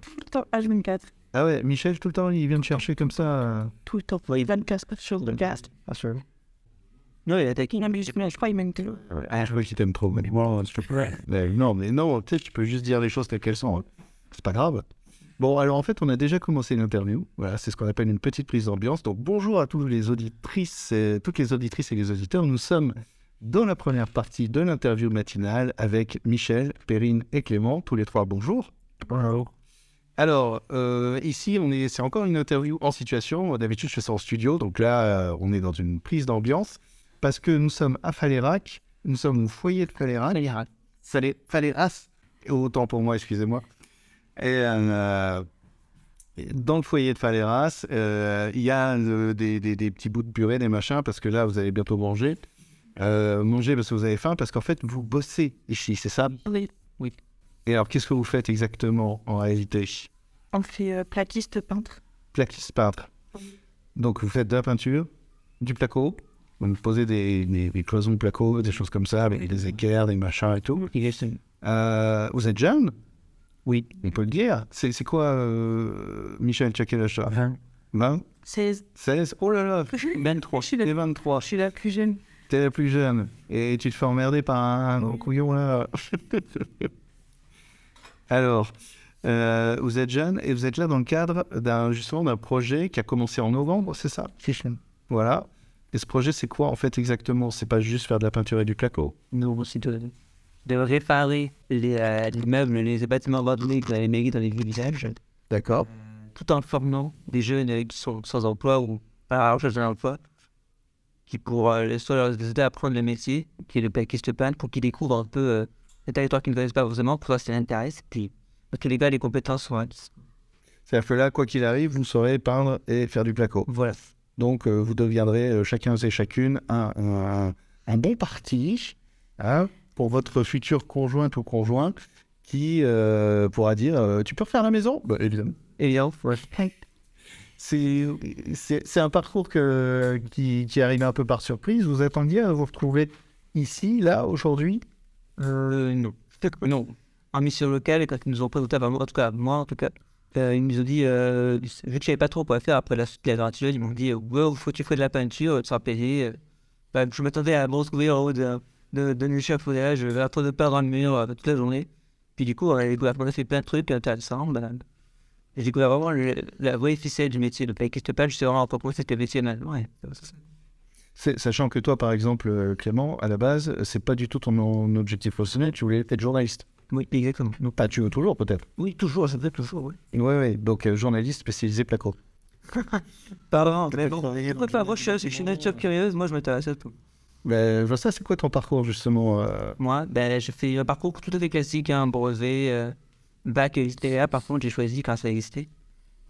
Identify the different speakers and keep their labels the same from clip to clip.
Speaker 1: tout le temps H24.
Speaker 2: Ah ouais, Michel, tout le temps, il vient te chercher comme ça. euh,
Speaker 1: Tout le temps. 24 sur le cast.
Speaker 2: Ah, c'est vrai.
Speaker 3: Non, il attaque.
Speaker 1: Il abuse, mais je crois qu'il m'aime
Speaker 2: Ah, je vois qu'il t'aime trop, mais moi, je te plaît. Mais non, mais non, tu sais, tu peux juste dire les choses telles qu'elles sont. hein. C'est pas grave. Bon, alors en fait, on a déjà commencé l'interview. Voilà, c'est ce qu'on appelle une petite prise d'ambiance. Donc, bonjour à tous les auditrices, et- toutes les auditrices et les auditeurs. Nous sommes dans la première partie de l'interview matinale avec Michel, Perrine et Clément. Tous les trois, bonjour.
Speaker 3: Bonjour.
Speaker 2: Alors, euh, ici, on est, c'est encore une interview en situation. D'habitude, je fais ça en studio. Donc là, euh, on est dans une prise d'ambiance parce que nous sommes à Falérac. Nous sommes au foyer de Falérac.
Speaker 3: Falérac.
Speaker 2: Salé- Faléras. Autant pour moi, excusez-moi. Et euh, dans le foyer de Faléras, euh, il y a euh, des, des- des petits bouts de purée, des machins, parce que là, vous allez bientôt manger. Euh, manger parce que vous avez faim, parce qu'en fait, vous bossez ici, c'est ça
Speaker 1: Oui.
Speaker 2: Et alors, qu'est-ce que vous faites exactement en réalité
Speaker 1: On fait euh, platiste, peintre.
Speaker 2: plaquiste peintre. Donc vous faites de la peinture, du placo, vous me posez des, des- des cloisons de placo, des choses comme ça, avec des équerres, des machins et tout.
Speaker 3: Il est
Speaker 2: Euh, vous êtes jeune
Speaker 3: Oui.
Speaker 2: On peut le dire. C'est c'est quoi, euh, Michel, checker le chat 20,
Speaker 1: 16.
Speaker 2: 16 Oh là là
Speaker 1: Je
Speaker 3: 23.
Speaker 1: suis
Speaker 2: T'es
Speaker 1: la,
Speaker 2: 23,
Speaker 1: je suis la plus jeune.
Speaker 2: t'es la plus jeune, et tu te fais emmerder par un gros couillon là. Alors, euh, vous êtes jeune, et vous êtes là dans le cadre d'un justement d'un projet qui a commencé en novembre, c'est ça
Speaker 3: C'est ça.
Speaker 2: Voilà. Et ce projet, c'est quoi en fait exactement C'est pas juste faire de la peinture et du placo.
Speaker 3: Nous, c'est de, de réparer les, euh, les meubles, les bâtiments abandonnés que les mairies dans les villages,
Speaker 2: D'accord.
Speaker 3: tout en formant des jeunes euh, qui sont sans emploi ou à la recherche d'un emploi, qui pour euh, soit leur aider à apprendre le métier, qui est le plaquiste peintre, pour qu'ils découvrent un peu euh, le territoire qu'ils ne connaissent pas forcément, pour voir si ça les intéresse, puis pour qu'ils développent les compétences. sur un-
Speaker 2: C'est-à-dire que là, quoi qu'il arrive, vous saurez peindre et faire du placo.
Speaker 3: Voilà.
Speaker 2: Donc, euh, vous deviendrez euh, chacun et chacune un, un, un bon parti hein, pour votre future conjointe ou conjoint qui euh, pourra dire euh, Tu peux refaire la maison Bah, Évidemment.
Speaker 3: Et bien, ouais.
Speaker 2: C'est c'est- c'est un parcours que, qui, qui arrive un peu par surprise. Vous attendiez à vous retrouver ici, là, aujourd'hui
Speaker 3: Euh, non. Peut-être que Non. En mission locale, quand ils nous ont présenté, enfin, moi, en tout cas, moi en tout cas, euh, ils nous ont dit, euh, vu que je savais pas trop quoi faire après la suite de la gratuité, ils m'ont dit, euh, ouais, faut que tu fasses de la peinture, tu seras payé. euh. Bah, je m'attendais à me retrouver en haut d'un de, de, l'échafaudage, euh, en train de perdre dans le mur euh, toute la journée. Puis du coup, on a découvert- on a fait plein de trucs intéressants. Bah, j'ai découvert vraiment le- la vraie ficelle du métier. Le paquiste page, c'est vraiment pour moi, c'était le métier maintenant. Ouais, c'est ça.
Speaker 2: C'est- Sachant que toi, par exemple, euh, Clément, à la base, euh, c'est pas du tout ton, ton objectif professionnel, tu voulais être journaliste.
Speaker 3: Oui, exactement.
Speaker 2: Non, Pas tu toujours, peut-être.
Speaker 3: Oui, toujours, ça fait toujours, oui.
Speaker 2: Oui, oui, donc euh, journaliste spécialisé placo.
Speaker 3: Pardon, mais bon, pourquoi pas, moi je suis- euh, je suis une nature curieuse, moi je m'intéresse à tout.
Speaker 2: Mais, Ben, je vois ça, c'est quoi ton parcours, justement euh,
Speaker 3: Moi, ben, je fais un parcours tout à fait classique, hein, brevet, euh, bac et STEA, par contre j'ai choisi quand ça existait.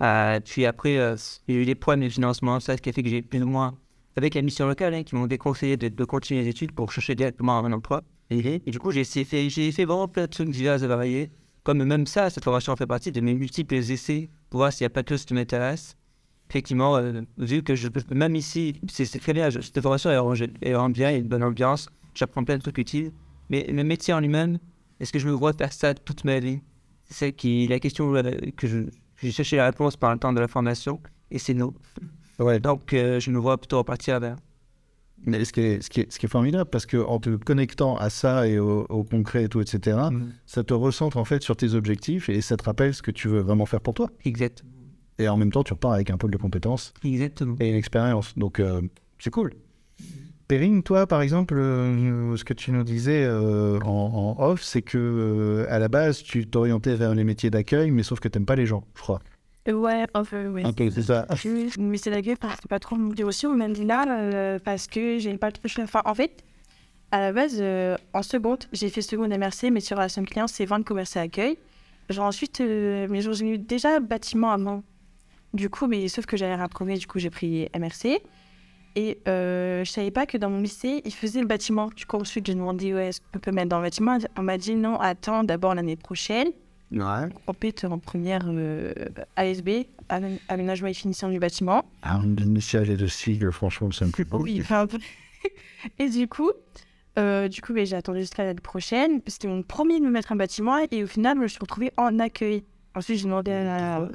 Speaker 3: Euh, puis après, euh, j'ai eu des problèmes de financement, ça, ce qui a fait que j'ai plus ou moins, avec la mission locale, hein, qui m'ont déconseillé de, de continuer les études pour chercher directement un emploi. Et, et du coup, j'ai essayé- fait, j'ai fait vraiment plein de trucs divers et variés. Comme même ça, cette formation fait partie de mes multiples essais pour voir s'il n'y a pas que ce qui m'intéresse. Effectivement, euh, vu que je, même ici, c'est c'est très bien, je- cette formation est rangée- est vraiment bien, il y a une bonne ambiance, j'apprends plein de trucs utiles. Mais le métier en lui-même, est-ce que je me vois faire ça toute ma vie C'est ça qui la question euh, que je, j'ai cherché la réponse par le temps de la formation, et c'est non.
Speaker 2: Ouais. ben,
Speaker 3: Donc, euh, je me vois plutôt repartir vers.
Speaker 2: Mais ce qui, est, ce, qui est, ce qui est formidable, parce que en te connectant à ça et au, au concret et tout, etc.,
Speaker 3: Ah. Mm.
Speaker 2: ça te recentre en fait sur tes objectifs et ça te rappelle ce que tu veux vraiment faire pour toi.
Speaker 3: Exact.
Speaker 2: Et en même temps, tu repars avec un pôle de compétences
Speaker 3: Exactement.
Speaker 2: et une expérience. Donc, euh, c'est cool. Perrine, toi, par exemple, euh, ce que tu nous disais euh, en, en off, c'est que euh, à la base, tu t'orientais vers les métiers d'accueil, mais sauf que t'aimes pas les gens, je crois.
Speaker 1: Euh, Ouais, un peu, ouais.
Speaker 2: c'est ça.
Speaker 1: Oui, mais c'est la gueule parce que pas trop me dire aussi, même là, euh, parce que j'ai pas trop. Enfin, en fait, à la base, euh, en seconde, j'ai fait seconde MRC, mais sur la somme client, c'est vente, commerce et accueil. Genre, ensuite, euh, mais j'ai eu déjà bâtiment avant. Du coup, mais sauf que j'avais rien trouvé, du coup, j'ai pris MRC. Et euh, je savais pas que dans mon lycée, ils faisaient le bâtiment. Du coup, ensuite, j'ai demandé, ouais, est-ce qu'on peut me mettre dans le bâtiment On m'a dit, non, attends, d'abord l'année prochaine
Speaker 2: Ouais.
Speaker 1: compète en première euh, ASB, amé- aménagement et finition du bâtiment.
Speaker 2: Ah, le message est de sigle, franchement, ça me plaît pas.
Speaker 1: Oui, enfin, un peu. et du coup, euh, du coup, ben, j'ai attendu jusqu'à l'année prochaine. C'était mon premier de me mettre un bâtiment et au final, je me suis retrouvée en accueil. Ensuite, j'ai demandé à la.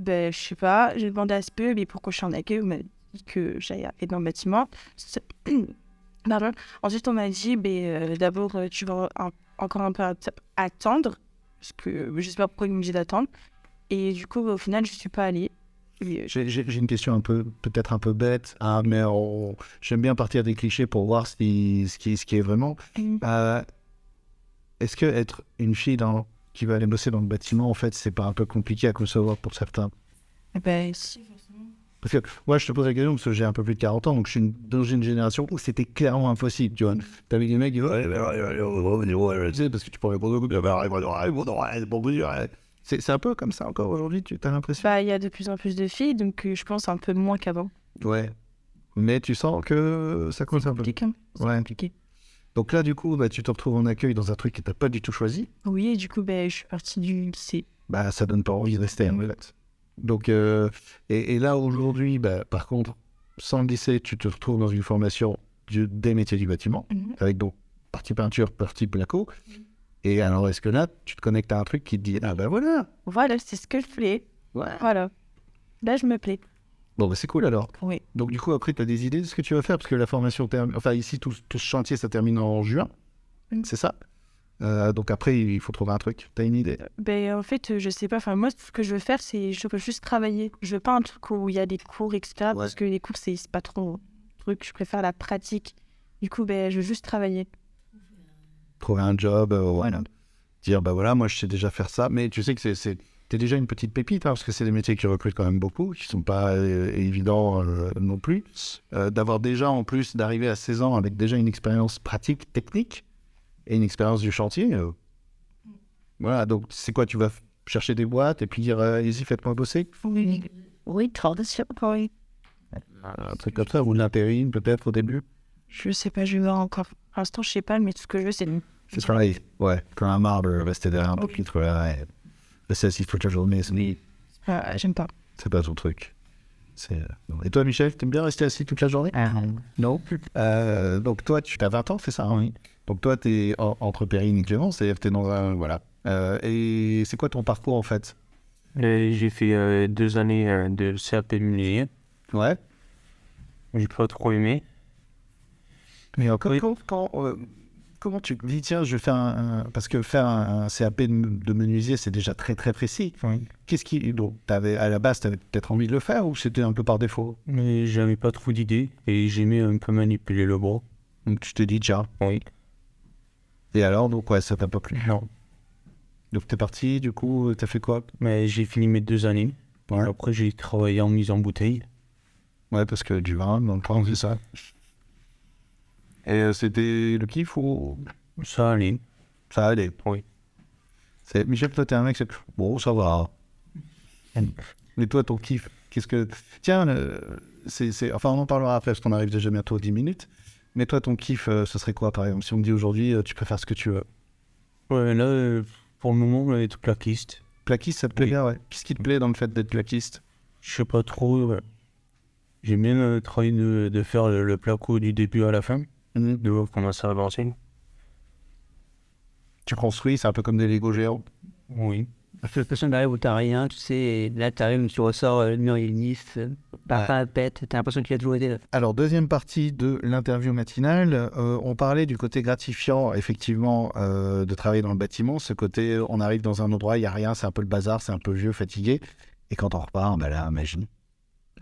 Speaker 1: Ben, je sais pas, j'ai demandé à ce pub, mais pourquoi je suis en accueil On m'a dit que j'allais aller dans le bâtiment. C'est- Pardon. Ensuite, on m'a dit, ben, euh, d'abord, euh, tu vas un- encore un peu at- attendre, parce que euh, je sais pas pourquoi ils me dit d'attendre. Et du coup, au final, je suis pas allée. Et, euh,
Speaker 2: J'ai j'ai- j'ai une question un peu, peut-être un peu bête, hein, mais on- j'aime bien partir des clichés pour voir ce qui, ce qui, ce qui est vraiment.
Speaker 1: je-
Speaker 2: Euh, Est-ce que être une fille dans- qui va aller bosser dans le bâtiment, en fait, c'est pas un peu compliqué à concevoir pour certains
Speaker 1: Ben, si.
Speaker 2: Parce que moi, je te pose la question parce que j'ai un peu plus de 40 ans, donc je suis une- dans une génération où c'était clairement impossible, tu vois. T'avais des mecs qui disaient, Tu sais, parce que tu pourrais répondre, c'est c'est un peu comme ça encore aujourd'hui, tu as l'impression.
Speaker 1: Bah, il y a de plus en plus de filles, donc euh, je pense un peu moins qu'avant.
Speaker 2: Ouais. Mais tu sens que ça compte un peu.
Speaker 1: Quelqu'un
Speaker 2: Ouais.
Speaker 1: compliqué.
Speaker 2: Donc là, du coup, bah, tu te retrouves en accueil dans un truc que t'as pas du tout choisi.
Speaker 1: Oui, et du coup, ben, je suis partie du lycée.
Speaker 2: Bah, ça donne pas envie de rester, en fait. Donc, euh, et, et là, aujourd'hui, bah, par contre, sans le lycée, tu te retrouves dans une formation du- des métiers du bâtiment,
Speaker 1: Mhm.
Speaker 2: avec donc partie peinture, partie placo. Et alors, est-ce que là, tu te connectes à un truc qui te dit, ah ben voilà
Speaker 1: Voilà, c'est ce que je voulais.
Speaker 2: Ouais.
Speaker 1: Voilà. Là, je me plais.
Speaker 2: Bon, bah, c'est cool alors.
Speaker 1: Oui.
Speaker 2: Donc, du coup, après, tu as des idées de ce que tu vas faire, parce que la formation termine. Enfin, ici, tout, tout ce chantier, ça termine en juin.
Speaker 1: Mhm.
Speaker 2: C'est ça Euh, Donc, après, il faut trouver un truc. Tu as une idée
Speaker 1: Ben, en fait, euh, je sais pas. Enfin, moi, ce que je veux faire, c'est je veux juste travailler. Je veux pas un truc où il y a des cours, etc. Parce que les cours, c'est c'est pas trop mon truc. Je préfère la pratique. Du coup, ben, je veux juste travailler.
Speaker 2: trouver un job, euh, voilà. dire bah voilà, moi je sais déjà faire ça, mais tu sais que c'est- c'est t'es déjà une petite pépite hein, parce que c'est des métiers qui recrutent quand même beaucoup, qui sont pas euh, évidents euh, non plus. Euh, D'avoir déjà en plus d'arriver à 16 ans avec déjà une expérience pratique, technique et une expérience du chantier. euh, Voilà, donc c'est quoi Tu vas f- chercher des boîtes et puis dire euh, allez-y, faites-moi bosser
Speaker 1: Oui, oui, oui.
Speaker 2: Un truc comme ça, ou de l'intérim peut-être au début
Speaker 1: Je sais pas, je vais voir encore. Pour l'instant, je sais pas, mais tout ce que je veux, c'est.
Speaker 2: C'est pareil, ouais, comme un marbre, rester derrière un pupitre, ouais. Rester assis toute la journée, c'est
Speaker 1: Ah, J'aime pas.
Speaker 2: C'est pas ton truc. C'est... euh, non. Et toi, Michel, t'aimes bien rester assis toute la journée
Speaker 3: Euh,
Speaker 2: Non. donc, toi, tu as 20 ans, c'est ça hein, Oui. Donc, toi, t'es en- entre Périne et Clémence, et t'es dans un. Voilà. Euh, et c'est quoi ton parcours, en fait
Speaker 4: Euh, j'ai fait euh, deux années euh, de CAP musée.
Speaker 2: Ouais.
Speaker 4: J'ai pas trop aimé.
Speaker 2: Mais encore.
Speaker 4: Oui.
Speaker 2: Quand, quand, euh, comment tu te dis, tiens, je vais faire un. un- Parce que faire un, un CAP de, m- de menuisier, c'est déjà très, très précis. Qu'est-ce qui. Donc, t'avais, à la base, t'avais peut-être envie de le faire, ou c'était un peu par défaut
Speaker 4: Mais j'avais pas trop d'idées et j'aimais un peu manipuler le bras.
Speaker 2: Donc, tu te dis, tiens.
Speaker 4: Oui.
Speaker 2: Et alors, donc, ouais, ça t'a pas plu.
Speaker 4: Non.
Speaker 2: Donc, t'es parti, du coup, t'as fait quoi
Speaker 4: Mais j'ai fini mes deux années.
Speaker 2: Ouais.
Speaker 4: Après, j'ai travaillé en mise en bouteille.
Speaker 2: Ouais, parce que du vin, dans le coin, c'est ça. Et euh, c'était le kiff ou
Speaker 4: Ça allait.
Speaker 2: ça allait
Speaker 4: Oui.
Speaker 2: C'est Michel, toi, t'es un mec, c'est bon, ça va. Mais toi, ton kiff, qu'est-ce que tiens, euh, c'est, c'est- enfin, on en parlera après parce qu'on arrive déjà bientôt aux 10 minutes. Mais toi, ton kiff, euh, ce serait quoi, par exemple, si on me dit aujourd'hui, euh, tu peux faire ce que tu veux
Speaker 4: Ouais, là, euh, pour le moment, on est tout plaquiste.
Speaker 2: Plaquiste, ça te plaît
Speaker 4: Oui.
Speaker 2: bien, ouais. Qu'est-ce qui te plaît dans le fait d'être plaquiste
Speaker 4: Je sais pas trop. euh, J'ai même euh, travaillé de, de faire le, le placo du début à la fin, de voir comment ça avançait.
Speaker 2: Tu construis, c'est un peu comme des Lego géants.
Speaker 4: Oui.
Speaker 3: Parce que personne n'arrive où t'as rien, tu sais, et là t'arrives, tu ressors, euh, le mur il est lisse, euh, parfum pète, t'as l'impression qu'il a toujours été là.
Speaker 2: Alors, deuxième partie de l'interview matinale, euh, on parlait du côté gratifiant, effectivement, euh, de travailler dans le bâtiment. Ce côté, on arrive dans un endroit, il n'y a rien, c'est un peu le bazar, c'est un peu vieux, fatigué. Et quand on repart, bah là, magie.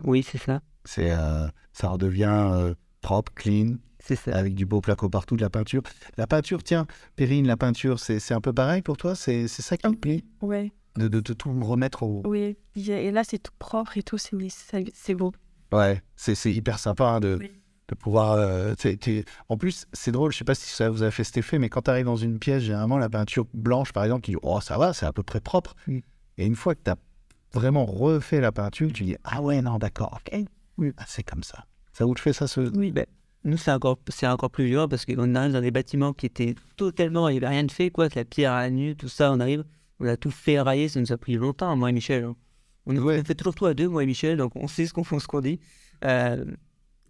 Speaker 3: Oui, c'est ça,
Speaker 2: C'est, euh, ça redevient euh, propre, clean,
Speaker 3: c'est ça.
Speaker 2: avec du beau placo partout, de la peinture. La peinture, tiens, Perrine, la peinture, c'est, c'est un peu pareil pour toi C'est, c'est ça qui te plaît
Speaker 1: Ouais,
Speaker 2: de, de- de tout remettre au.
Speaker 1: oui. Il y a- Et là, c'est tout propre et tout, c'est c'est- c'est beau.
Speaker 2: Ouais, c'est c'est hyper sympa hein, de,
Speaker 1: Oui.
Speaker 2: de pouvoir. euh, t'es- t'es- En plus, c'est drôle, je sais pas si ça vous a fait cet effet, mais quand tu arrives dans une pièce, généralement, la peinture blanche, par exemple, tu dis Oh, ça va, c'est à peu près propre. Et une fois que tu as vraiment refait la peinture, tu dis Ah ouais, non, d'accord, ok. Ah, c'est comme ça. Ça vous le fait ça ce...
Speaker 3: Oui, ben, nous c'est encore, c'est encore plus violent parce qu'on arrive dans des bâtiments qui étaient totalement, il n'y avait rien de fait, quoi, la pierre à nu, tout ça, on arrive, on a tout fait railler, ça nous a pris longtemps, moi et Michel. hein. On,
Speaker 2: Ouais.
Speaker 3: on fait toujours tout à deux, moi et Michel, donc on sait ce qu'on ce qu'on dit. Euh,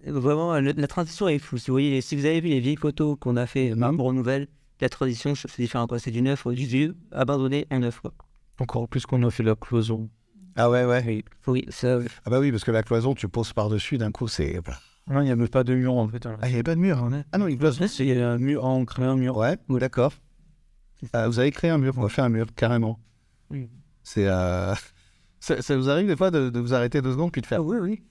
Speaker 3: vraiment, le- la transition est fou. Si vous, voyez, si vous avez vu les vieilles photos qu'on euh, a fait, même pour nouvelles, la transition, c'est différent, quoi. C'est du neuf au du vieux, abandonné, un neuf, quoi.
Speaker 4: Encore plus qu'on a fait la cloison.
Speaker 2: Ah ouais, ouais.
Speaker 3: Oui, ça, oui.
Speaker 2: Ah bah oui, parce que la cloison, tu poses par-dessus, d'un coup, c'est.
Speaker 4: Non, il n'y a même pas de mur en fait. hein.
Speaker 2: Ah, il n'y avait pas de mur. hein. Ah non, une cloison.
Speaker 4: Il y a un mur, on crée un mur.
Speaker 2: Ouais, d'accord. Ah, vous avez créé un mur, on va faire un mur, carrément.
Speaker 3: Oui.
Speaker 2: C'est. euh, ça, ça vous arrive des fois de, de vous arrêter deux secondes puis de
Speaker 3: Ah
Speaker 2: faire.
Speaker 3: oui, oui.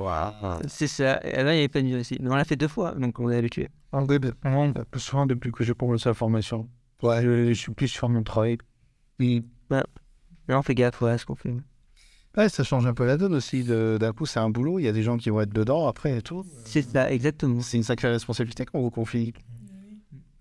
Speaker 2: Waouh.
Speaker 3: C'est ça. Et là, il n'y avait pas de mur ici. Mais on l'a fait deux fois, donc on est habitué.
Speaker 4: En vrai, vraiment, bah, souvent depuis que j'ai commencé la formation,
Speaker 2: Ouais.
Speaker 4: je, je suis plus sur mon travail.
Speaker 3: Là, on fait gaffe ouais, à ce qu'on fait.
Speaker 2: Ouais, ça change un peu la donne aussi. de- D'un coup, c'est un boulot, il y a des gens qui vont être dedans après et tout.
Speaker 3: C'est ça, exactement.
Speaker 2: C'est une sacrée responsabilité qu'on vous confie.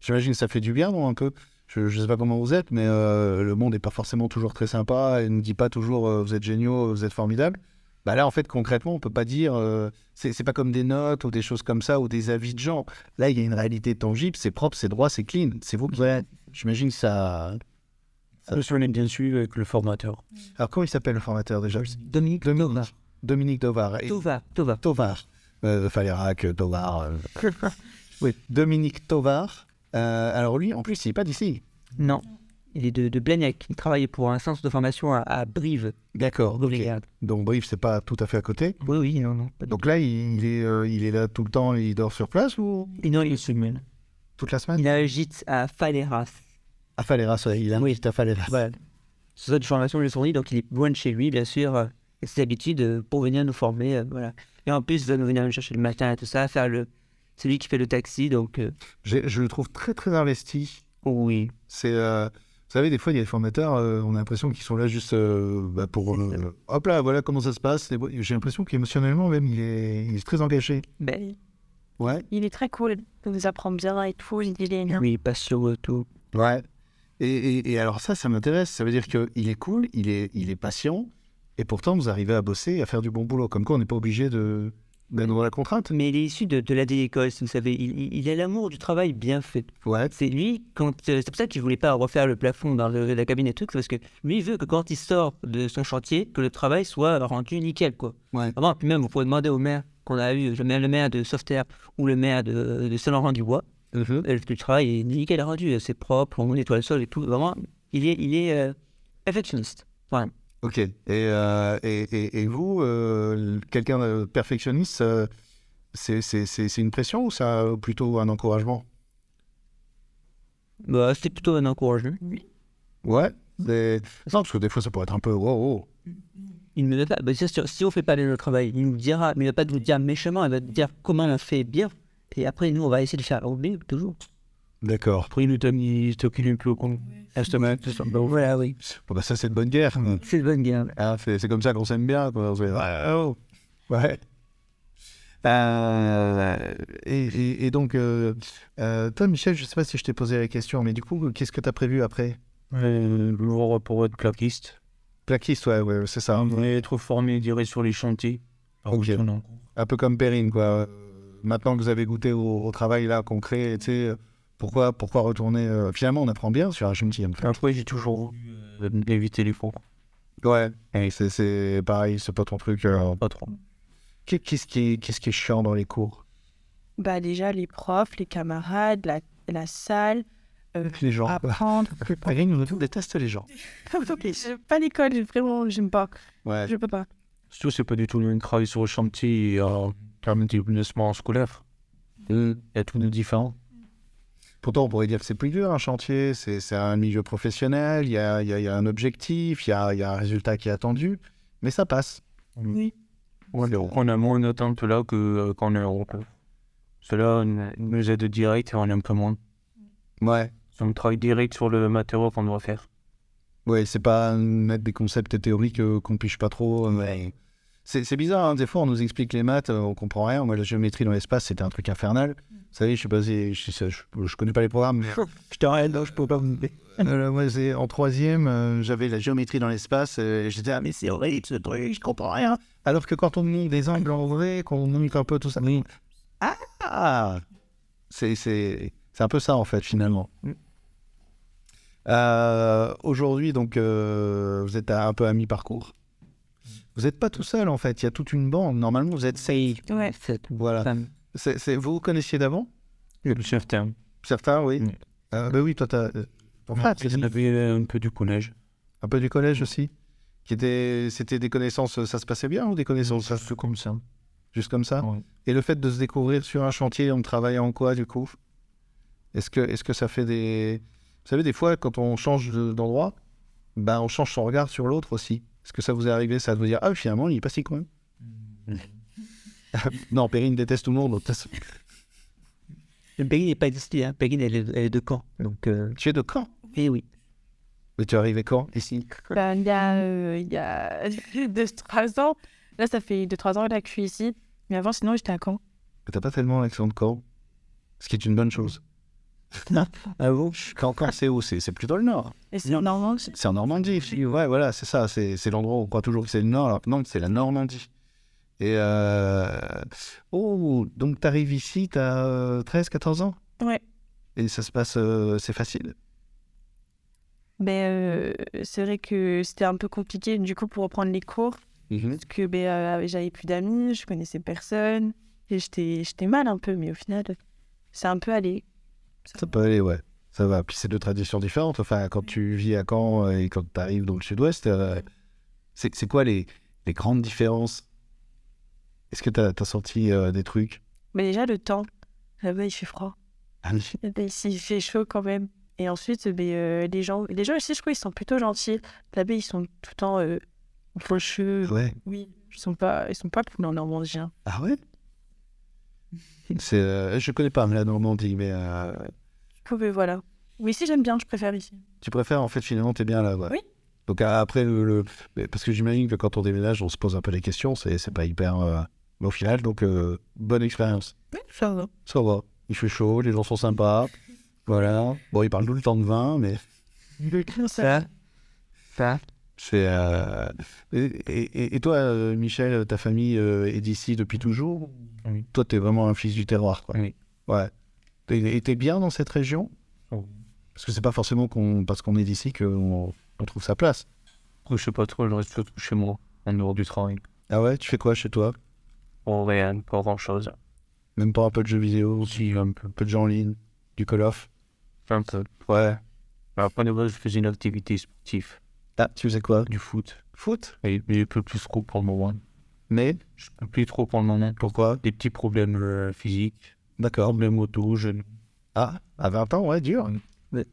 Speaker 2: J'imagine que ça fait du bien, non, un peu. Je ne sais pas comment vous êtes, mais euh, le monde n'est pas forcément toujours très sympa et ne dit pas toujours euh, vous êtes géniaux, vous êtes formidables. Bah là, en fait, concrètement, on peut pas dire. euh, c'est c'est pas comme des notes ou des choses comme ça ou des avis de gens. Là, il y a une réalité tangible, c'est propre, c'est droit, c'est clean. C'est vous qui. J'imagine que ça. Euh.
Speaker 4: Je me souviens bien sûr avec le formateur.
Speaker 2: Alors, comment il s'appelle le formateur déjà
Speaker 3: Dominique, Dominique.
Speaker 2: Dominique. Dominique Dovar. Et-
Speaker 3: Tova, Tova.
Speaker 2: Tovar. Euh, Falerac, euh, Tovar. euh, oui, Dominique Tovar. Euh, alors lui, en plus, il n'est pas d'ici.
Speaker 3: Non. Il est de, de Blagnac. Il travaillait pour un centre de formation à, à Brive.
Speaker 2: D'accord.
Speaker 3: Brive les Gardes.
Speaker 2: Donc Brive, c'est pas tout à fait à côté.
Speaker 3: Oui, oui, non, non. pas de-
Speaker 2: Donc là, il est, euh, il est là tout le temps, il dort sur place ou
Speaker 3: Et non, il est semaine.
Speaker 2: toute la semaine
Speaker 3: Il a un gîte à Faleras.
Speaker 2: À Faleras, ouais, il a oui. à Faleras.
Speaker 3: C'est une formation de son lit, donc il est loin de chez lui, bien sûr. euh, Et ses habitudes euh, pour venir nous former. euh, voilà. Et en plus, il va nous venir nous chercher le matin et tout ça, faire le. C'est lui qui fait le taxi, donc. euh,
Speaker 2: J'ai- Je le trouve très très investi.
Speaker 3: oui.
Speaker 2: C'est, euh, vous savez, des fois, il y a des formateurs, euh, on a l'impression qu'ils sont là juste euh, bah, pour. euh, hop là, voilà comment ça se passe. Et J'ai l'impression qu'émotionnellement même, il est, il est très engagé.
Speaker 3: Ben,
Speaker 2: Ouais.
Speaker 1: Il est très cool. Il nous apprend bien et tout. Il est
Speaker 3: oui, il passe sur euh, tout.
Speaker 2: Ouais. Et, et- et alors ça, ça m'intéresse. Ça veut dire qu'il est cool, il est, il est patient, et pourtant vous arrivez à bosser et à faire du bon boulot. Comme quoi, on n'est pas obligé de ben, dans la contrainte.
Speaker 3: Mais il est issu de, de la délicatesse, vous savez. Il, il- il a l'amour du travail bien fait.
Speaker 2: Ouais.
Speaker 3: C'est lui, quand. euh, c'est pour ça qu'il voulait pas refaire le plafond dans le- la cabine et tout, c'est parce que lui, il veut que quand il sort de son chantier, que le travail soit rendu nickel, quoi.
Speaker 2: Ouais.
Speaker 3: Avant, puis même, vous pouvez demander au maire qu'on a eu, le maire, le maire de Sauveterre ou le maire de, de Saint-Laurent-du-Bois. Euh, Le travail est nickel rendu, euh, c'est propre, on nettoie le sol et tout. Vraiment, il est, il est euh, perfectionniste. Voilà.
Speaker 2: Ok. Et, euh, et, et- et vous, euh, quelqu'un de perfectionniste, euh, c'est, c'est, c'est- c'est une pression ou ça euh, plutôt un encouragement
Speaker 3: Bah, c'était plutôt un encouragement.
Speaker 2: Ouais. C'est- Non, parce que des fois, ça pourrait être un peu oh, wow, wow.
Speaker 3: Il ne me pas. Bah, c'est sûr, si on fait pas le travail, il nous dira, mais il va pas nous dire méchamment, il va nous dire comment on a fait bien. Et après, nous, on va essayer de faire oublier toujours.
Speaker 2: D'accord.
Speaker 4: Après, il nous a mis stocké plus au con.
Speaker 3: Justement, Voilà, oui.
Speaker 2: Bon, bah, ça, c'est de bonne guerre.
Speaker 3: C'est une bonne guerre.
Speaker 2: Ah, c'est c'est comme ça qu'on s'aime bien. quoi. On se fait, ouais. oh. Ouais. Euh, et, et- et donc, euh, euh, toi, Michel, je sais pas si je t'ai posé la question, mais du coup, qu'est-ce que tu as prévu après
Speaker 4: Euh, Pour, pour être plaquiste.
Speaker 2: Plaquiste, ouais, ouais c'est ça. hein.
Speaker 4: On est trop formé, dirait, sur les chantiers. Par
Speaker 2: Ok.
Speaker 4: contre, non.
Speaker 2: Un peu comme Perrine, quoi. Euh, Maintenant que vous avez goûté au, au travail là concret, tu sais, euh, pourquoi, pourquoi retourner euh, Finalement, on apprend bien sur un chantier. en fait.
Speaker 4: Après, j'ai toujours voulu euh, éviter les faux.
Speaker 2: Ouais, Et c'est- c'est pareil, c'est pas ton truc. euh.
Speaker 4: Pas trop.
Speaker 2: Qu'est- Qu'est-ce qui, est- qu'est-ce qui est chiant dans les cours
Speaker 1: Bah déjà les profs, les camarades, la, la salle,
Speaker 2: Les gens.
Speaker 1: apprendre.
Speaker 2: Perrine, on déteste les gens.
Speaker 1: Je- pas l'école, j'ai vraiment, j'aime pas.
Speaker 2: Ouais.
Speaker 1: Je peux pas.
Speaker 4: Surtout, c'est pas du tout le même travail sur le chantier et euh, quand même des placements scolaires.
Speaker 2: Mm.
Speaker 4: Il y a tout de différent.
Speaker 2: Pourtant, on pourrait dire que c'est plus dur un chantier, c'est c'est un milieu professionnel, il y a, il y a- il y a un objectif, il y a, il y a un résultat qui est attendu, mais ça passe.
Speaker 1: Oui.
Speaker 2: C'est-
Speaker 4: On a moins d'attente là que euh, quand on est en Europe. Cela n- nous aide direct et on est un peu moins.
Speaker 2: Ouais,
Speaker 4: C'est un travail direct sur le matériau qu'on doit faire.
Speaker 2: ouais c'est pas mettre des concepts théoriques euh, qu'on piche pas trop. mais C'est c'est bizarre, hein, des fois on nous explique les maths, euh, on comprend rien. Moi, la géométrie dans l'espace, c'était un truc infernal. Vous savez, je sais pas si- je, sais- je, je connais pas les programmes, mais
Speaker 3: Je te règle, je peux pas vous
Speaker 2: Euh, moi, c'est- en troisième, euh, j'avais la géométrie dans l'espace. euh, et J'étais, ah, mais c'est horrible ce truc, je comprends rien. Alors que quand on monte des angles en vrai, qu'on monte un peu tout ça. Ah C'est- C'est c'est un peu ça, en fait, finalement. Euh, Aujourd'hui, donc, euh, vous êtes à- un peu à mi-parcours. Vous n'êtes pas tout seul, en fait. Il y a toute une bande. Normalement, vous êtes safe.
Speaker 1: Ouais.
Speaker 3: Cette
Speaker 2: Voilà.
Speaker 3: femme.
Speaker 2: C'est- c'est- vous vous connaissiez d'avant
Speaker 4: Certains.
Speaker 2: Certains, oui.
Speaker 4: Oui.
Speaker 3: Ah,
Speaker 2: Euh, ben oui, toi, t'as. euh, ton frère,
Speaker 4: On avait euh, un peu du connage.
Speaker 2: un peu du collège aussi, qui étaient, c'était des connaissances, euh, ça se passait bien ou des connaissances
Speaker 4: Ça se comme ça.
Speaker 2: juste comme ça
Speaker 4: Ouais.
Speaker 2: Et le fait de se découvrir sur un chantier, on travaille en quoi du coup Est-ce que, est que ça fait des... Vous savez, des fois, quand on change de- d'endroit, ben, on change son regard sur l'autre aussi. Est-ce que ça vous est arrivé, ça, de vous dire, ah, finalement, il est pas si con Non, Perrine déteste tout le monde. donc t'as-
Speaker 3: Le Perrine n'est pas existé, hein. Perrine, elle, est- elle est de Caen. Donc, euh,
Speaker 2: Tu es de Caen
Speaker 3: eh oui.
Speaker 2: Mais tu es arrivé quand
Speaker 3: Ici.
Speaker 1: Ben, il y a, euh, il y a 2-3 ans. Là, ça fait 2-3 ans là, que je suis ici. Mais avant, sinon, j'étais à Caen.
Speaker 2: Mais t'as pas tellement l'accent de Caen, ce qui est une bonne chose.
Speaker 3: Ah bon
Speaker 2: Caen, Caen, c'est où C'est c'est plutôt le nord.
Speaker 1: Et c'est normal. c'est-
Speaker 2: C'est en Normandie. Ouais, voilà, c'est ça. C'est c'est l'endroit où on croit toujours que c'est le Nord, alors que non, c'est la Normandie. Et euh... Oh, donc t'arrives ici, t'as euh, 13, 14 ans
Speaker 1: Ouais.
Speaker 2: Et ça se passe, euh, c'est facile
Speaker 1: Ben, euh, c'est vrai que c'était un peu compliqué, du coup, pour reprendre les cours. Parce que ben, euh, j'avais plus d'amis, je connaissais personne. Et j'étais j'étais mal un peu, mais au final, c'est un peu allé.
Speaker 2: Ça peut aller, ouais. Ça va. Puis c'est deux traditions différentes. Enfin, quand tu vis à Caen euh, et quand tu arrives dans le sud-ouest, euh, c'est c'est quoi les, les grandes différences Est-ce que t'as as senti euh, des trucs
Speaker 1: Mais déjà, le temps, là-bas, il fait froid. Ben, ici, il fait chaud quand même. Et ensuite, ben, euh, les, gens, les gens ici, je crois, ils sont plutôt gentils. Là-bas, ils sont tout le temps euh, faucheux.
Speaker 2: Ouais.
Speaker 1: Oui, ils sont pas, ils sont pas cool en Normandie. hein.
Speaker 2: Ah ouais C'est, euh, Je connais pas la Normandie, mais euh,
Speaker 1: Du coup, ben, voilà. Mais ici, j'aime bien, je préfère ici.
Speaker 2: tu préfères, en fait, finalement, t'es bien là. ouais.
Speaker 1: Oui.
Speaker 2: Donc a- après, le, le- mais parce que j'imagine que quand on déménage, on se pose un peu les questions. C'est c'est pas hyper. euh, Mais au final, donc, euh, bonne expérience.
Speaker 1: Ça va.
Speaker 2: Ça va. Il fait chaud, les gens sont sympas. Voilà. Bon, ils parlent tout le temps de vin, mais
Speaker 3: Ça Ça
Speaker 2: c'est. euh, Et, et- et toi, euh, Michel, ta famille euh, est d'ici depuis toujours
Speaker 4: Oui.
Speaker 2: Toi, t'es vraiment un fils du terroir, quoi.
Speaker 4: Oui.
Speaker 2: Ouais. Et et t'es bien dans cette région
Speaker 4: Oh.
Speaker 2: Parce que c'est pas forcément qu'on, parce qu'on est d'ici qu'on on trouve sa place.
Speaker 4: Après, je sais pas trop, je reste surtout chez moi, en dehors du travail.
Speaker 2: Ah ouais, tu fais quoi chez toi
Speaker 4: Pour rien, pas grand chose.
Speaker 2: Même pas un peu de jeux vidéo,
Speaker 4: Aussi, un peu.
Speaker 2: un peu de jeux en ligne, du call off
Speaker 4: Un peu.
Speaker 2: Ouais.
Speaker 4: Mais Après, de base, je faisais une activité sportive,
Speaker 2: Ah, tu faisais quoi
Speaker 4: du foot.
Speaker 2: Foot
Speaker 4: Et, mais un peu plus trop pour le moment.
Speaker 2: Mais
Speaker 4: Je peux plus trop pour le moment.
Speaker 2: pourquoi
Speaker 4: Des petits problèmes euh, physiques,
Speaker 2: D'accord.
Speaker 4: problèmes auto, jeunes.
Speaker 2: Ah, à 20 ans, ouais, dur.
Speaker 3: Ouais.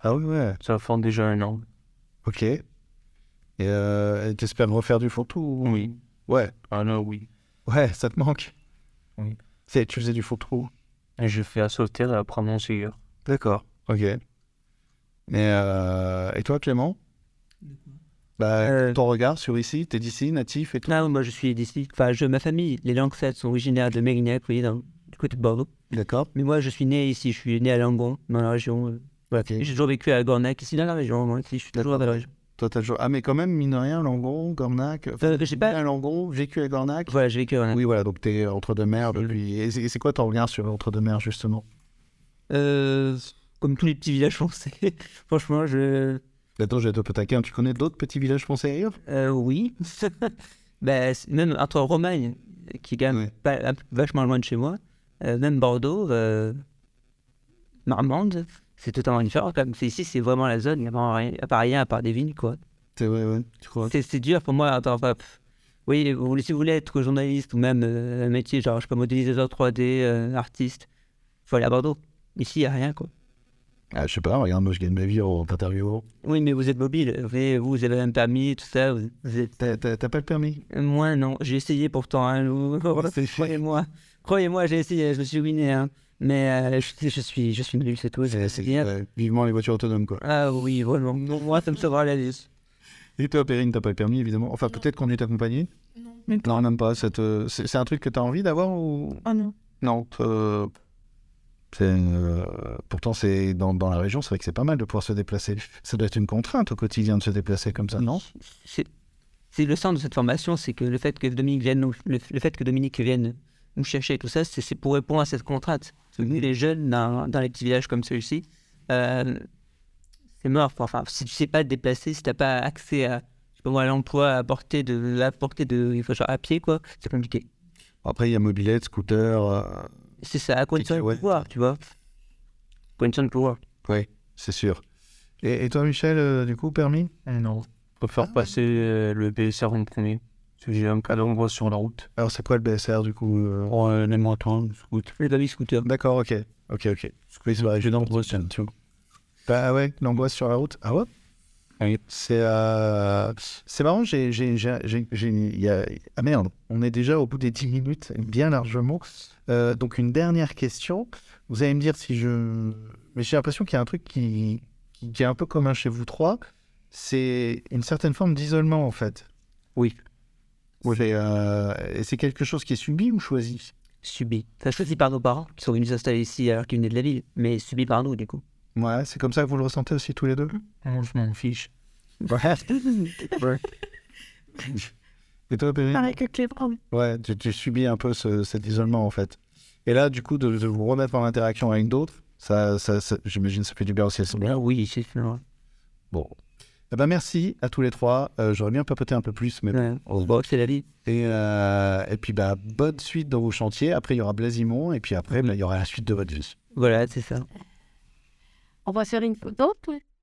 Speaker 2: Ah oui, ouais.
Speaker 4: Ça fait déjà un an.
Speaker 2: Ok. Et euh, t'espères refaire du foot ou
Speaker 4: Oui.
Speaker 2: Ouais,
Speaker 4: Un an, Ah oui.
Speaker 2: ouais, ça te manque.
Speaker 4: Oui.
Speaker 2: C'est, tu faisais du foot ou
Speaker 4: Et je fais à sauter après mon Seigneur.
Speaker 2: D'accord. Ok. Et, euh, et toi, Clément Bah,
Speaker 3: Euh,
Speaker 2: ton regard sur ici, t'es d'ici, natif et tout.
Speaker 3: Non, moi je suis d'ici. Enfin, je, ma famille, les Lancets sont originaires de Mérignac, vous voyez, dans, du côté de Bordeaux.
Speaker 2: D'accord.
Speaker 3: Mais moi je suis né ici, je suis né à Langon, dans la région. euh, voilà.
Speaker 2: Bah, Ok.
Speaker 3: J'ai toujours vécu à Gornac, ici dans la région, moi, ici, je suis toujours dans la région.
Speaker 2: Toi, t'as joué. Ah, mais quand même, mine de rien, Langon, Gornac.
Speaker 3: Enfin, j'ai pas.
Speaker 2: à Langon, vécu à Gornac.
Speaker 3: Voilà, j'ai vécu à Gornac.
Speaker 2: Oui, voilà, donc t'es entre-deux-mers
Speaker 3: Oui.
Speaker 2: depuis. Et c'est, et c'est quoi ton regard sur entre-deux-mers, justement
Speaker 3: Euh, comme tous les petits villages français, franchement, je.
Speaker 2: Attends, j'ai un peu taquin. hein. Tu connais d'autres petits villages français ailleurs
Speaker 3: Euh, oui. Ben, c'est- même entre Romagne, qui est quand même
Speaker 2: Ouais.
Speaker 3: pas- un peu- vachement loin de chez moi, euh, même Bordeaux, euh, Marmande, c'est totalement différent. Quand même. C'est- Ici, c'est vraiment la zone, il n'y a vraiment rien, à part rien, à part des vignes, quoi.
Speaker 2: C'est vrai, ouais. Tu crois
Speaker 3: C'est c'est dur pour moi. Attends, enfin, pff. oui, vous- si vous voulez être journaliste ou même euh, un métier, genre, je sais pas, modélisateur 3D, euh, artiste, faut aller à Bordeaux. Ici, il n'y a rien, quoi.
Speaker 2: Ah, je sais pas, regarde, moi je gagne ma vie en t'interviewant.
Speaker 3: Oui, mais vous êtes mobile, vous, voyez, vous avez un permis, tout ça. Vous, vous êtes...
Speaker 2: T'as t'as- t'as pas le permis
Speaker 3: Euh, Moi, non, j'ai essayé pourtant. hein, vous-
Speaker 2: C'est
Speaker 3: Croyez-moi, croyez-moi, j'ai essayé, je me suis ruiné. Hein. Mais euh, je, je suis, je suis nul, c'est tout.
Speaker 2: C'est- c'est-
Speaker 3: Rien.
Speaker 2: ouais, vivement les voitures autonomes, quoi.
Speaker 3: Ah oui, vraiment. Non, moi, ça me sauvera la vie.
Speaker 2: Et toi, Perrine, t'as pas le permis, évidemment. Enfin, peut-être qu'on est accompagné
Speaker 1: Mais-
Speaker 2: Non, même pas. ça te- C'est c'est un truc que t'as envie d'avoir ou.
Speaker 1: Oh non.
Speaker 2: Non. euh, c'est, euh, Pourtant, c'est dans, dans la région, c'est vrai que c'est pas mal de pouvoir se déplacer. Ça doit être une contrainte au quotidien de se déplacer comme ça, non
Speaker 3: C'est c'est le sens de cette formation, c'est que le fait que Dominique vienne, nous- le, le fait que Dominique vienne nous chercher et tout ça, c'est c'est pour répondre à cette contrainte. Parce que les jeunes dans, dans les petits villages comme celui-ci, euh, c'est mort. Enfin, si tu sais pas te déplacer, si t'as pas accès à, je sais pas moi, à l'emploi à portée de, à portée de, il faut genre à pied quoi, c'est compliqué.
Speaker 2: Après, il y a mobilette, scooter. euh,
Speaker 3: C'est ça, à condition de
Speaker 2: ouais.
Speaker 3: pouvoir, tu vois. Condition de pouvoir.
Speaker 2: Oui, c'est sûr. Et, et toi, Michel, euh, du coup, permis
Speaker 4: Non. Je préfère passer euh, le BSR en premier. Parce que j'ai un cas d'endroit sur la route.
Speaker 2: Alors, c'est quoi le BSR, du coup euh
Speaker 4: Pour euh, les moutons, scout.
Speaker 3: Les amis scooters.
Speaker 2: D'accord, ok. Ok, ok. Oui, c'est vrai,
Speaker 4: J'ai
Speaker 2: j'ai
Speaker 4: d'endroit sur tu vois.
Speaker 2: Bah ouais, l'angoisse sur la route. Ah ouais
Speaker 4: Oui.
Speaker 2: C'est euh, c'est marrant, j'ai... j'ai- j'ai- j'ai- j'ai- il y a- Ah merde, on est déjà au bout des 10 minutes, bien largement. Euh, donc une dernière question. Vous allez me dire si je... Mais j'ai l'impression qu'il y a un truc qui, qui, qui est un peu commun chez vous trois. C'est une certaine forme d'isolement, en fait.
Speaker 3: Oui.
Speaker 2: C'est, euh, et c'est quelque chose qui est subi ou choisi
Speaker 3: Subi. Ça se fait par nos parents qui sont venus s'installer ici alors qu'ils venaient de la ville, mais subi par nous du coup.
Speaker 2: Ouais, c'est comme ça que vous le ressentez aussi tous les deux
Speaker 4: Moi, je m'en fiche.
Speaker 2: Et toi, Perrine
Speaker 1: Pareil que Clément.
Speaker 2: Ouais, tu, tu subis un peu ce- cet isolement en fait. Et là, du coup, de, de vous remettre en interaction avec d'autres, ça, ça, ça- j'imagine que ça fait du bien aussi à son
Speaker 3: Ben oui, c'est finalement.
Speaker 2: Bon. Eh ben, merci à tous les trois. Euh, J'aurais bien papoté un peu plus, mais
Speaker 3: Ouais. Bon, c'est la vie.
Speaker 2: et, euh, et puis bah bonne suite dans vos chantiers. Après, il y aura Blaisimont, et puis après, bah, il y aura la suite de votre vie.
Speaker 3: Voilà, c'est ça.
Speaker 5: On va faire une photo. tout-